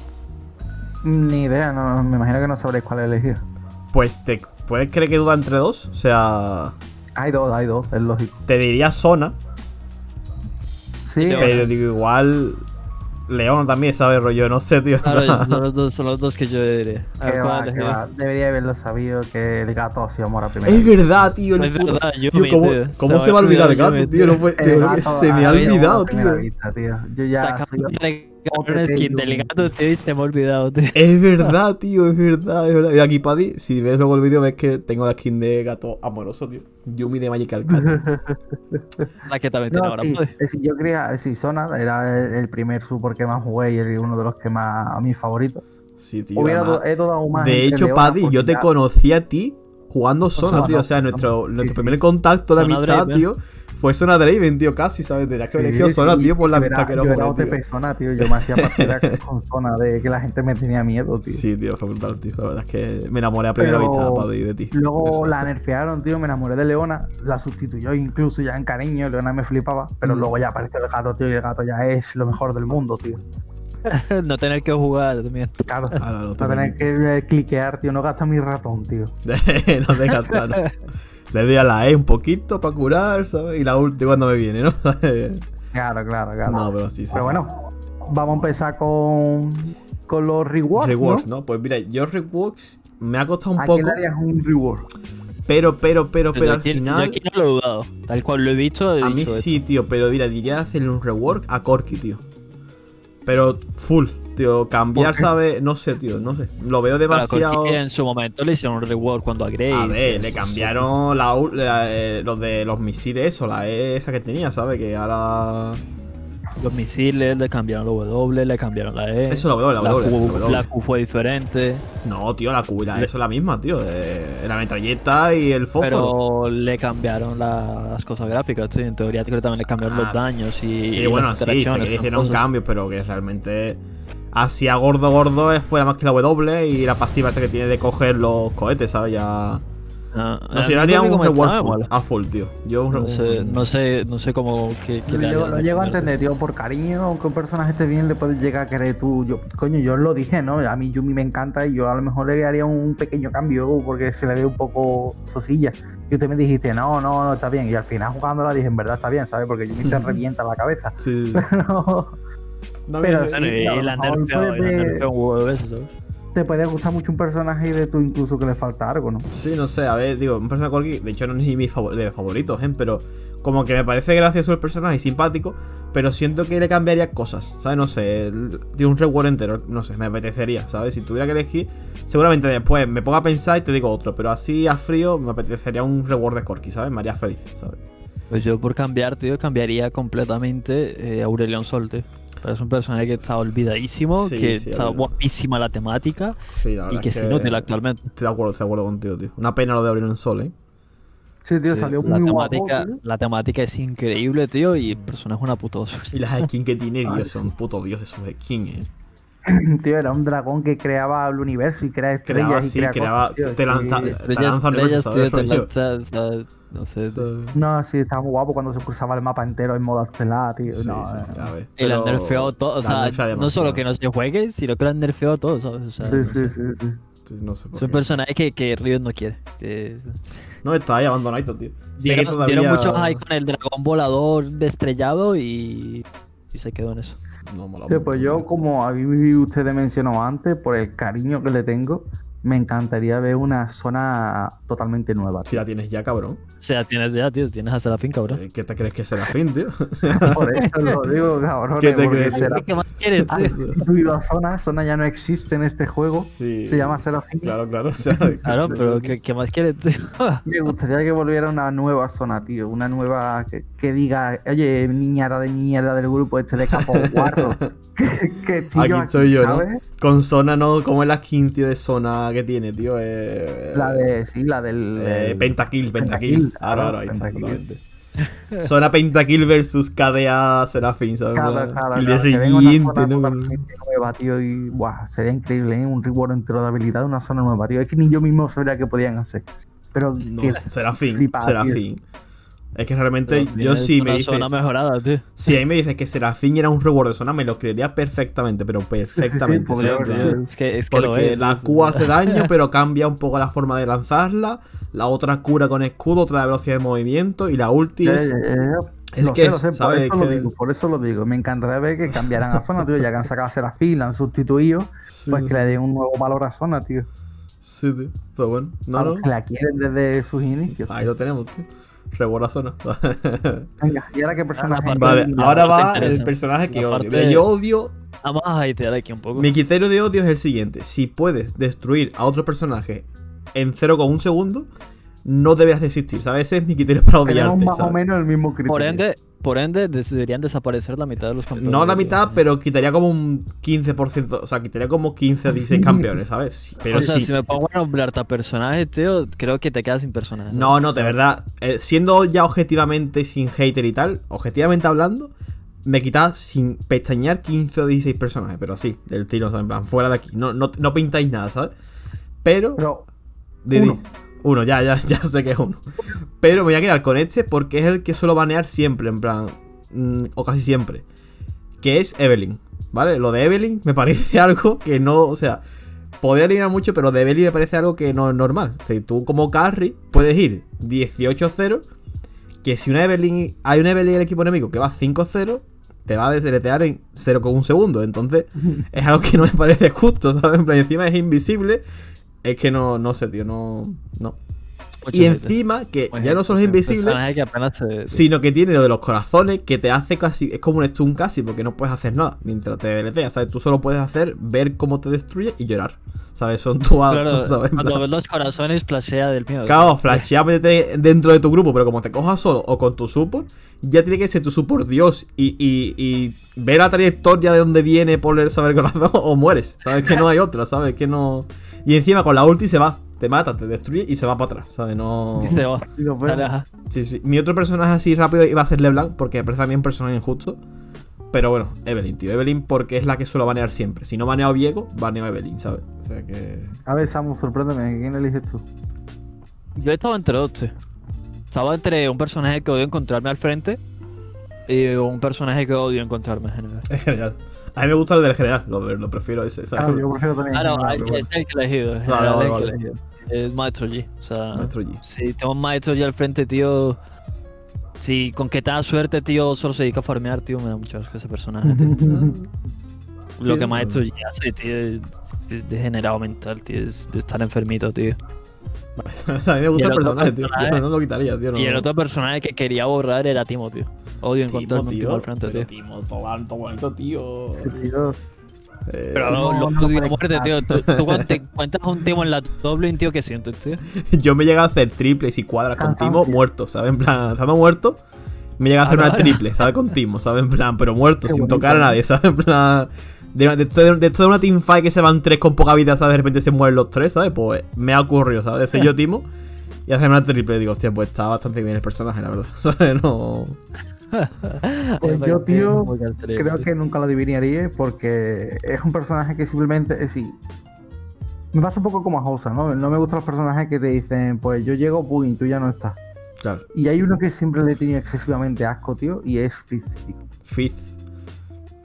S3: Ni idea, no, me imagino que no sabréis cuál elegir.
S1: Pues te. ¿Puedes creer que duda entre dos? O sea.
S3: Hay dos, hay dos, es lógico.
S1: Te diría Zona,
S3: Sí,
S2: Yo te-
S1: pero digo, igual. Leona también, ¿sabes? Rollo, no sé, tío.
S2: Claro, es- son los, dos, son los dos que yo diré. A ver,
S3: que va,
S2: ¿cuál
S3: que
S2: elegir?
S3: va. Debería haberlo sabido que el gato ha sido amor a primera.
S1: Es verdad, tío. El
S2: Es
S1: puto-
S2: verdad, yo
S1: tío,
S2: me-
S1: ¿cómo,
S2: tío,
S1: cómo
S2: se
S1: se
S2: me
S1: va a
S2: ha
S1: olvidar el
S2: olvidado,
S1: gato,
S2: yo me-
S1: tío? No puede-
S3: El
S1: tío, se
S3: gato
S1: me
S3: ha
S1: ha
S3: sido amor a
S1: olvidado,
S3: primera
S1: tío.
S3: vista, tío. Yo
S2: Te
S3: ya soy
S2: acabo de regalar
S3: OTT
S2: un skin
S3: y
S2: del
S3: un-
S2: gato, tío, y se me ha olvidado, tío.
S1: Es verdad, tío, es verdad, es verdad. Mira aquí, Paddy, si ves luego el vídeo, ves que tengo la skin de gato amoroso, tío. Yumi de Magical Cat.
S2: La que también tiene
S3: No,
S2: ahora,
S3: sí,
S2: pues.
S3: es decir, yo quería, sí, Zona era el, el primer support que más jugué y el- uno de los que más, a mis favoritos.
S1: Sí, tío.
S3: Hubiera
S1: además.
S3: do- he dudado más.
S1: de
S3: entre
S1: hecho,
S3: Leona
S1: Paddy,
S3: porque
S1: yo te
S3: ya-
S1: conocí a ti jugando Sona,
S3: Sona,
S1: tío. O sea, nuestro,
S3: Sí,
S1: nuestro
S3: sí.
S1: primer contacto de
S2: Sona
S1: amistad,
S2: Brave, ¿eh?
S1: tío, Fue zona Draven, tío, casi, ¿sabes? De la que
S3: Sí,
S1: eligió zona,
S3: sí,
S1: tío, por la
S3: yo era-
S1: amistad que
S3: Yo era
S1: nos
S3: OTP
S1: tío.
S3: zona, tío. Yo me hacía partidas con zona de que la gente me tenía miedo, tío.
S1: Sí, tío, fue brutal, tío. La verdad es que me enamoré a primera
S3: Pero
S1: vista, Paddy, de ti.
S3: Luego
S1: Eso.
S3: la nerfearon, tío. Me enamoré de Leona. La sustituyó incluso ya en cariño. Leona me flipaba. Pero
S1: Mm.
S3: luego ya apareció el gato, tío. Y el gato ya es lo mejor del mundo, tío.
S2: no tener que jugar también.
S3: Claro.
S1: Ah, no, no,
S3: No tener
S1: te
S3: que eh, cliquear, tío. No gasta mi ratón, tío.
S1: no te gastas, no. Le doy a la E un poquito para curar, ¿sabes? Y la ulti cuando me viene, ¿no?
S3: Claro, claro, claro.
S1: no, pero sí, sí. sí.
S3: Pero bueno, vamos a empezar con, con los rewards.
S1: Reworks,
S3: ¿no?
S1: ¿no? Pues mira, yo Reworks me ha costado un
S3: ¿A quién
S1: poco,
S3: le harías un reward?
S1: pero, pero, pero, pero
S2: Yo
S1: al
S2: aquí, yo
S1: final.
S2: aquí no lo he dudado. Tal cual lo he visto, he
S1: A mí
S2: dicho
S1: sí, tío, pero mira, diría hacerle un rework a Corky, tío. Pero full, tío, cambiar,
S3: ¿Por qué?
S1: ¿sabes? No sé, tío, no sé. Lo veo
S2: Para
S1: demasiado.
S2: cualquiera en su momento le hicieron un reward cuando a Grace.
S1: A ver,
S2: eso,
S1: le
S2: sí.
S1: cambiaron la, u- la, eh, los de los misiles, eso, la E esa que tenía, ¿sabes? Que ahora.
S2: Los misiles, le cambiaron la W, le cambiaron la E.
S1: Eso, la W, la
S2: la
S1: W,
S2: Q,
S1: la W.
S2: la Q fue diferente.
S1: No, tío, la Q y la E son la misma, tío. eh, la metralleta y el fósforo.
S2: Pero le cambiaron la- las cosas gráficas, sí. En teoría creo que también le cambiaron
S1: Ah,
S2: los daños y,
S1: sí,
S2: y
S1: bueno,
S2: las
S1: sí, se
S2: interacciones.
S1: que
S2: con
S1: hicieron
S2: cosas.
S1: cambios, pero que realmente. Hacia gordo, gordo eh, fue la más que la W y la pasiva esa que tiene de coger los cohetes, ¿sabes? Ya.
S2: Ah,
S1: No,
S2: ah,
S1: si yo haría
S2: creo que
S1: un reward
S2: comentábamos.
S1: full, a full, tío. Yo un
S2: No
S1: reward
S2: sé,
S1: full.
S2: no sé, no sé cómo que,
S3: Yo lo, lo llego a entender, tío, por cariño, aunque un personaje esté bien, le puedes llegar a querer tú. Yo, coño, yo lo dije, ¿no? A mí Yumi me encanta y yo a lo mejor le haría un pequeño cambio porque se le ve un poco sosilla. Y usted me dijiste, no, no, no, está bien. Y al final jugándola dije, en verdad está bien, ¿sabes? Porque Yumi te revienta la cabeza.
S1: Sí, sí, sí.
S3: No,
S1: No,
S3: Pero
S1: no,
S3: sí,
S2: y
S3: tío, a lo
S2: la han
S3: mejor
S2: nerfeado, y la han
S3: puede-
S2: nerfeado un huevo de veces, ¿sabes?
S3: te puede gustar mucho un personaje y de tú incluso que le falta algo, ¿no?
S1: Sí, no sé, a ver, digo, un personaje corgi, de hecho no es ni mi favor- de mis favoritos, ¿eh? pero como que me parece gracioso el personaje y simpático, pero siento que le cambiaría cosas, ¿sabes? No sé, el- tiene un reward entero, no sé, me apetecería, ¿sabes? Si tuviera que elegir, seguramente después me pongo a pensar y te digo otro, pero así a frío me apetecería un reward de Corky, ¿sabes? Me haría feliz, ¿sabes?
S2: Pues yo por cambiar, tío, cambiaría completamente eh, Aurelion Sol, tío. Pero es un personaje que está olvidadísimo,
S1: Sí,
S2: que
S1: sí,
S2: está
S1: Aurelion.
S2: guapísima la temática
S1: Sí, la verdad.
S2: y que
S1: es
S2: se inútil actualmente.
S1: Estoy de acuerdo, estoy de acuerdo contigo, tío. Una pena lo de abrir un sol, ¿eh?
S3: Sí, tío,
S1: Sí,
S3: salió
S2: La
S3: muy guapo.
S2: temática,
S3: tío.
S2: la temática es increíble, tío, y el personaje es una putosa.
S1: Y las skins que tiene, Dios, son puto dios de sus skins, ¿eh?
S3: Tío, era un dragón que creaba el universo y crea estrellas
S1: Creaba,
S3: y
S1: sí,
S3: crea
S1: creaba,
S3: cosas, tío,
S1: te
S3: y-
S1: lanza, te
S2: Estrellas,
S1: lanza
S2: estrellas,
S1: universo,
S2: tío,
S1: ¿sabes?
S2: te
S1: Rollo.
S2: lanzas, ¿sabes? no sé. tío.
S3: No, sí, estaba muy guapo cuando se cruzaba el mapa entero en modo estelar, tío.
S1: Sí,
S3: no,
S1: sí, sí,
S3: eh,
S1: a ver.
S2: Y lo han
S1: Pero
S2: nerfeado todo, o
S1: la
S2: sea,
S1: nerfea
S2: no solo
S1: demasiado,
S2: que no se juegue, sino que lo han nerfeado todo, ¿sabes? O sea,
S3: sí, sí, sí, sí.
S1: sí, no sé por
S2: es un
S1: qué.
S2: personaje que, que Riot no quiere. que-
S1: No, está ahí abandonado, tío. Sé que
S2: Dieron,
S1: todavía...
S2: dieron mucho hype con el dragón volador destrellado y, y se quedó en eso.
S1: No, mola
S3: Sí,
S1: mucho,
S3: pues yo,
S1: tío.
S3: como a mí usted mencionó antes, por el cariño que le tengo, me encantaría ver una zona totalmente nueva.
S1: Si
S3: tío.
S1: la tienes ya, cabrón.
S2: O sea, tienes ya, tío, tienes hasta la finca, bro.
S1: Eh, ¿Qué te crees que será fin, tío?
S3: Por eso lo digo, cabrón.
S1: ¿Qué te
S3: porque
S1: crees?
S3: se la
S2: ¿Qué más quieres,
S1: Ah,
S3: han
S2: tío?
S3: sustituido a zona, zona ya no existe en este juego.
S1: Sí.
S3: Se llama 05.
S1: Claro, claro. o sea,
S2: Claro, pero ¿qué, qué más quieres, tío?
S3: Me gustaría que volviera una nueva zona, tío. Una nueva que, que diga, oye, niñada de mierda del grupo este de capo guarro. que, que estoy
S1: Aquí
S3: yo
S1: estoy yo,
S3: ¿sabes?
S1: ¿no? Con zona, ¿no? ¿Cómo es la skin, tío, de zona que tiene, tío? Eh...
S3: La de, sí, la del.
S1: Eh,
S3: del-
S1: pentakill, pentakill.
S3: Pentakill,
S1: Ahora,
S3: claro,
S1: ahora, ahí está,
S3: pentakill.
S1: totalmente. Zona pentakill versus KDA Serafin, ¿sabes?
S3: Claro,
S1: Una-
S3: claro,
S1: y
S3: claro,
S1: de
S3: que venga una
S1: Regin,
S3: zona
S1: tiene un-
S3: totalmente nueva, tío, y buah, sería increíble, ¿eh? Un reward entero de habilidad, una zona nueva, tío. Es que ni yo mismo sabría qué podían hacer. Pero
S1: No,
S3: que-
S1: Serafín,
S3: flipa,
S1: Serafín. Es que realmente
S2: Pero
S1: yo
S2: tienes
S1: sí me
S2: una
S1: dice,
S2: zona mejorada, tío.
S1: si a mí me dices que Serafín era un reward de zona, me lo creería perfectamente, pero perfectamente.
S3: podría
S1: ¿sabes?
S3: haber sido.
S2: Es que, es que lo
S1: Porque
S2: es.
S1: la
S2: es-
S1: Q hace daño, pero cambia un poco la forma de lanzarla. La otra cura con escudo, otra velocidad de movimiento. Y la ulti
S3: ya,
S1: es.
S3: ya, ya, ya.
S1: es
S3: Lo
S1: que
S3: sé, lo
S1: es,
S3: sé, por
S1: ¿sabes?
S3: eso lo
S1: Que-
S3: digo, por eso lo digo. Me encantaría ver que cambiaran a zona, tío, ya que han sacado a Serafín, la han sustituido, pues que le den un nuevo valor a zona, tío.
S1: Sí, tío. Pero bueno,
S3: a
S1: no,
S3: los
S1: no.
S3: que la quieren desde sus inicios.
S1: Ahí lo tenemos, tío. Reward a zona.
S3: Venga, ¿y ahora qué personaje?
S2: parte-
S1: vale,
S3: Mira,
S1: ahora
S2: parte
S1: va el
S2: interesante.
S1: personaje que
S2: La
S1: odio.
S2: parte-
S1: Yo odio
S2: Vamos a hatear aquí un poco.
S1: Mi criterio de odio es el siguiente: si puedes destruir a otro personaje en 0,1 segundo, no debes desistir, ¿sabes? Ese es mi criterio para
S3: Tenemos
S1: odiarte.
S3: más o
S1: ¿sabes?
S3: menos el mismo criterio.
S2: Por ende, Por ende, des- deberían desaparecer la mitad de los campeones.
S1: No la
S2: de-
S1: mitad, pero quitaría como un 15%. O sea, quitaría como 15 o 16 campeones, ¿sabes? Sí, Pero
S2: o sea,
S1: sí.
S2: si me pongo a nombrarte a personajes, tío, creo que te quedas sin personajes.
S1: No, no, de verdad. eh, siendo ya objetivamente sin hater y tal, objetivamente hablando, me quitaba sin pestañear 15 o 16 personajes, pero así, del tiro, ¿sabes? En plan, fuera de aquí. No, no, no pintáis nada, ¿sabes? Pero.
S3: Pero
S1: Didi.
S3: uno.
S1: Uno, ya, ya, ya sé que es uno. Pero me voy a quedar con este porque es el que suelo banear siempre, en plan. mm, o casi siempre. Que es Evelyn. ¿Vale? Lo de Evelyn me parece algo que no. O sea, podría eliminar mucho, pero de Evelyn me parece algo que no es normal. O sea, tú como carry puedes ir 18-0. Que si una Evelyn. Hay una Evelyn en el equipo enemigo que va 5-0. Te va a deseletear en 0,1 segundo. Entonces, es algo que no me parece justo, ¿sabes? En plan, encima es invisible. Es que no, no sé, tío, no. no. Y encima, que ya no solo es invisible,
S2: Personaje que apenas se.
S1: sino que tiene lo de los corazones que te hace casi. Es como un stun casi, porque no puedes hacer nada mientras te deleteas, ¿sabes? Tú solo puedes hacer ver cómo te destruye y llorar, ¿sabes? Son tu
S2: Claro,
S1: actos, ¿sabes? En
S2: cuando
S1: plan,
S2: ves los corazones, flashea del miedo.
S1: Claro, flashea, métete dentro de tu grupo, pero como te cojas solo o con tu support, ya tiene que ser tu support Dios y, y, y ver la trayectoria de dónde viene, poner saber corazón o mueres. Sabes que no hay otra, sabes que no. Y encima con la ulti se va, te mata, te destruye y se va para atrás, ¿sabes? No.
S2: Y se va.
S3: Y lo veo.
S2: Sale, ajá.
S1: Sí, sí. Mi otro personaje así rápido iba a ser LeBlanc, porque me parece también un personaje injusto. Pero bueno, Evelyn, tío. Evelyn porque es la que suelo banear siempre. Si no baneo a Diego, baneo a Evelyn, ¿sabes? O sea que.
S3: A ver, Samu, sorpréndeme, ¿quién eliges tú?
S2: Yo estaba entre dos, tío. Estaba entre un personaje que odio encontrarme al frente y un personaje que odio encontrarme en general.
S1: Es general. A mí me gusta el del general, lo, lo prefiero ese, ¿sabes?
S3: Claro, yo prefiero también.
S2: Ah, no,
S1: Ah,
S2: es,
S1: pero
S2: es el que he elegido. en
S1: Vale, vale,
S2: general es el
S1: vale.
S2: que he elegido. Es Maestro G. O sea,
S1: Maestro Yi.
S2: si tengo un Maestro G al frente, tío. Si con que te da suerte, tío, solo se dedica a farmear, tío, me da mucha asco ese personaje, tío.
S1: Sí,
S2: Lo que
S1: no,
S2: Maestro G hace, tío, es es degenerado mental, tío, es de estar enfermito, tío.
S1: O sea, a mí me gusta el
S2: Y el otro
S1: personaje, tío.
S2: personaje.
S1: Yo no lo quitaría, tío. No.
S2: Y el otro personaje que quería borrar era Timo, tío. Odio encontrarme un Timo al frente, tío.
S1: oh, Pero Timo, todo alto, bonito, tío.
S3: Ese tío.
S1: Eh,
S2: Pero
S3: No,
S2: no, lo
S3: no
S2: odio a
S3: me
S2: muerte, tío. Tú, tú cuando te encuentras un Timo en la doble, tío, ¿qué sientes, tío?
S1: Yo me llega a hacer triples y cuadras con
S3: Cansado,
S1: Timo
S3: tío.
S1: muerto, ¿sabes? En plan, estando muerto, me llega a hacer
S2: Ah,
S1: una
S2: no,
S1: triple, ¿sabes? Con Timo, ¿sabes? En plan, pero muerto,
S3: Qué
S1: sin
S3: bonito,
S1: tocar a
S3: ¿no?
S1: nadie, ¿sabes? En plan. De, de, de- de toda una teamfight que se van tres con poca vida, ¿sabes? De repente se mueren los tres, ¿sabes? Pues me ha ocurrido, ¿sabes? De ser yo Timo y hacerme una triple. Y digo, hostia, pues está bastante bien el personaje, la verdad. ¿Sabes? No.
S2: Es
S3: Pues yo,
S2: bastante
S3: tío,
S2: muy característico,
S3: Creo
S2: tío.
S3: que nunca lo adivinaría porque es un personaje que simplemente es sí. Me pasa un poco como a Hosa, ¿no? No me gustan los personajes que te dicen, pues yo llego, pum, y tú ya no estás.
S1: Claro.
S3: Y hay uno que siempre le he tenido excesivamente asco, tío, y es Fizz.
S1: Fizz.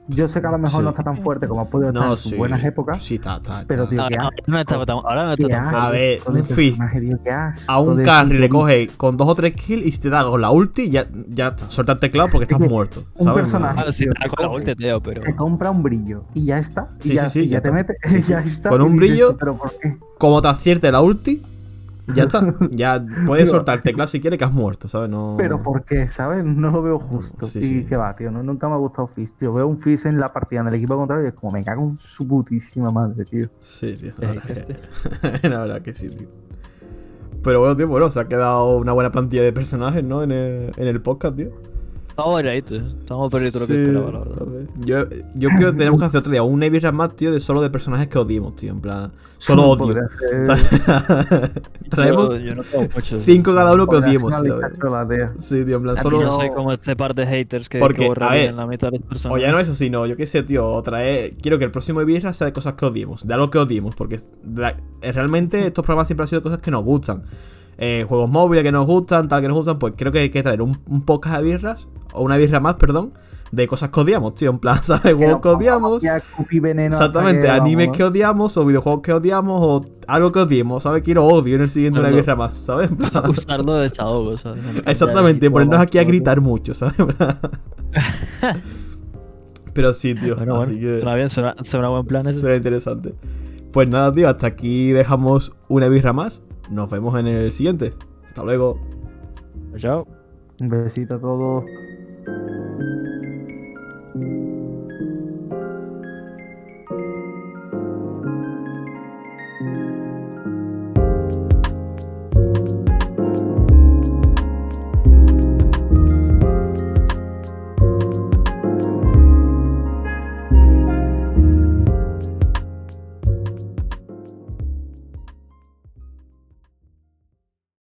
S3: Yo sé que a lo mejor
S1: Sí.
S3: no está tan fuerte como ha podido estar
S1: No,
S3: en sus
S1: sí.
S3: buenas épocas,
S1: Sí, está, está. está.
S3: pero tío, qué
S2: Ahora,
S3: asco.
S2: no está tan- ahora no está
S3: qué
S2: tan
S3: asco
S1: A ver,
S3: de
S1: un Fizz
S3: personaje, tío, qué asco
S1: A un
S3: de
S1: carry le
S3: tipo.
S1: coge con dos o tres kills y si te da con la ulti, ya, ya está. Suelta el teclado porque estás
S3: Es que
S1: muerto.
S3: un
S1: ¿sabes?
S3: personaje-
S2: Claro, sí,
S3: tío,
S2: está con la
S3: ¿cómo?
S2: ulti, tío, pero.
S3: Se compra un brillo y ya está. Y
S1: Sí,
S3: ya,
S1: sí, sí,
S3: y ya
S1: ya
S3: te
S1: está.
S3: mete,
S1: Sí, sí.
S3: ya está.
S1: Con
S3: y
S1: un
S3: dices,
S1: brillo-
S3: ¿Pero por qué?
S1: Como te acierte la ulti, ya está. Ya puedes
S3: Digo-
S1: soltar el teclado si quieres que has muerto, ¿sabes? No.
S3: Pero porque, ¿sabes? No lo veo justo.
S1: Sí,
S3: y
S1: sí.
S3: que va, tío. No, nunca me ha gustado Fizz, tío. Veo un Fizz en la partida del equipo contrario y es como me cago en su putísima madre, tío.
S1: Sí, tío. La
S2: Eh,
S1: verdad,
S2: sí.
S1: que... la verdad que sí, tío. Pero bueno, tío, bueno, se ha quedado una buena plantilla de personajes, ¿no? En el, en el podcast, tío.
S2: Estamos bailadito, estamos perdiendo lo que
S1: Sí,
S2: esperaba, la verdad.
S1: entonces, Yo, yo creo que tenemos que hacer otro día un Evis más, tío, de solo de personajes que odiemos, tío. En plan, solo odio.
S3: Podría ser-
S1: Traemos
S2: Yo- yo no tengo mucho.
S1: cinco cada uno que
S3: podría ser
S1: odiemos,
S3: una
S1: ¿sabes?
S3: lista chola, tío.
S1: Sí, tío, en plan,
S2: Aquí
S1: solo.
S2: Yo soy como este par de haters que,
S1: Porque,
S2: que
S1: a
S2: borrarían
S1: ver,
S2: la mitad de las personas.
S1: O ya no eso, sino yo qué sé, tío, otra vez. Quiero que el próximo Ibirra sea de cosas que odiemos, de algo que odiemos, porque es- la- eh, realmente estos programas siempre han sido de cosas que nos gustan. Eh, juegos móviles que nos gustan, tal que nos gustan, pues creo que hay que traer un, un podcast de birras, o una birra más, perdón, de cosas que odiamos, tío. En plan, ¿sabes?
S3: Que
S1: Juegos
S3: nos
S1: que
S3: vamos
S1: odiamos.
S3: aquí a escupir veneno hasta
S1: Exactamente,
S3: que,
S1: animes
S3: vamos,
S1: que odiamos, o videojuegos que odiamos, o algo que odiemos, ¿sabes? Quiero odio en el siguiente una
S2: Perdón.
S1: birra más, ¿sabes? En plan,
S2: Usarlo de desahogo, ¿sabes?
S1: Exactamente,
S2: Ya,
S1: ponernos
S2: vamos,
S1: aquí a
S2: vamos.
S1: gritar mucho, ¿sabes? Pero sí, tío.
S2: Bueno, bueno,
S1: así que
S2: suena bien, suena, suena buen plan ese.
S1: será interesante. Pues nada, tío, hasta aquí dejamos una birra más. Nos vemos en el siguiente. Hasta luego.
S2: Chao.
S3: Un besito a todos.
S1: Thank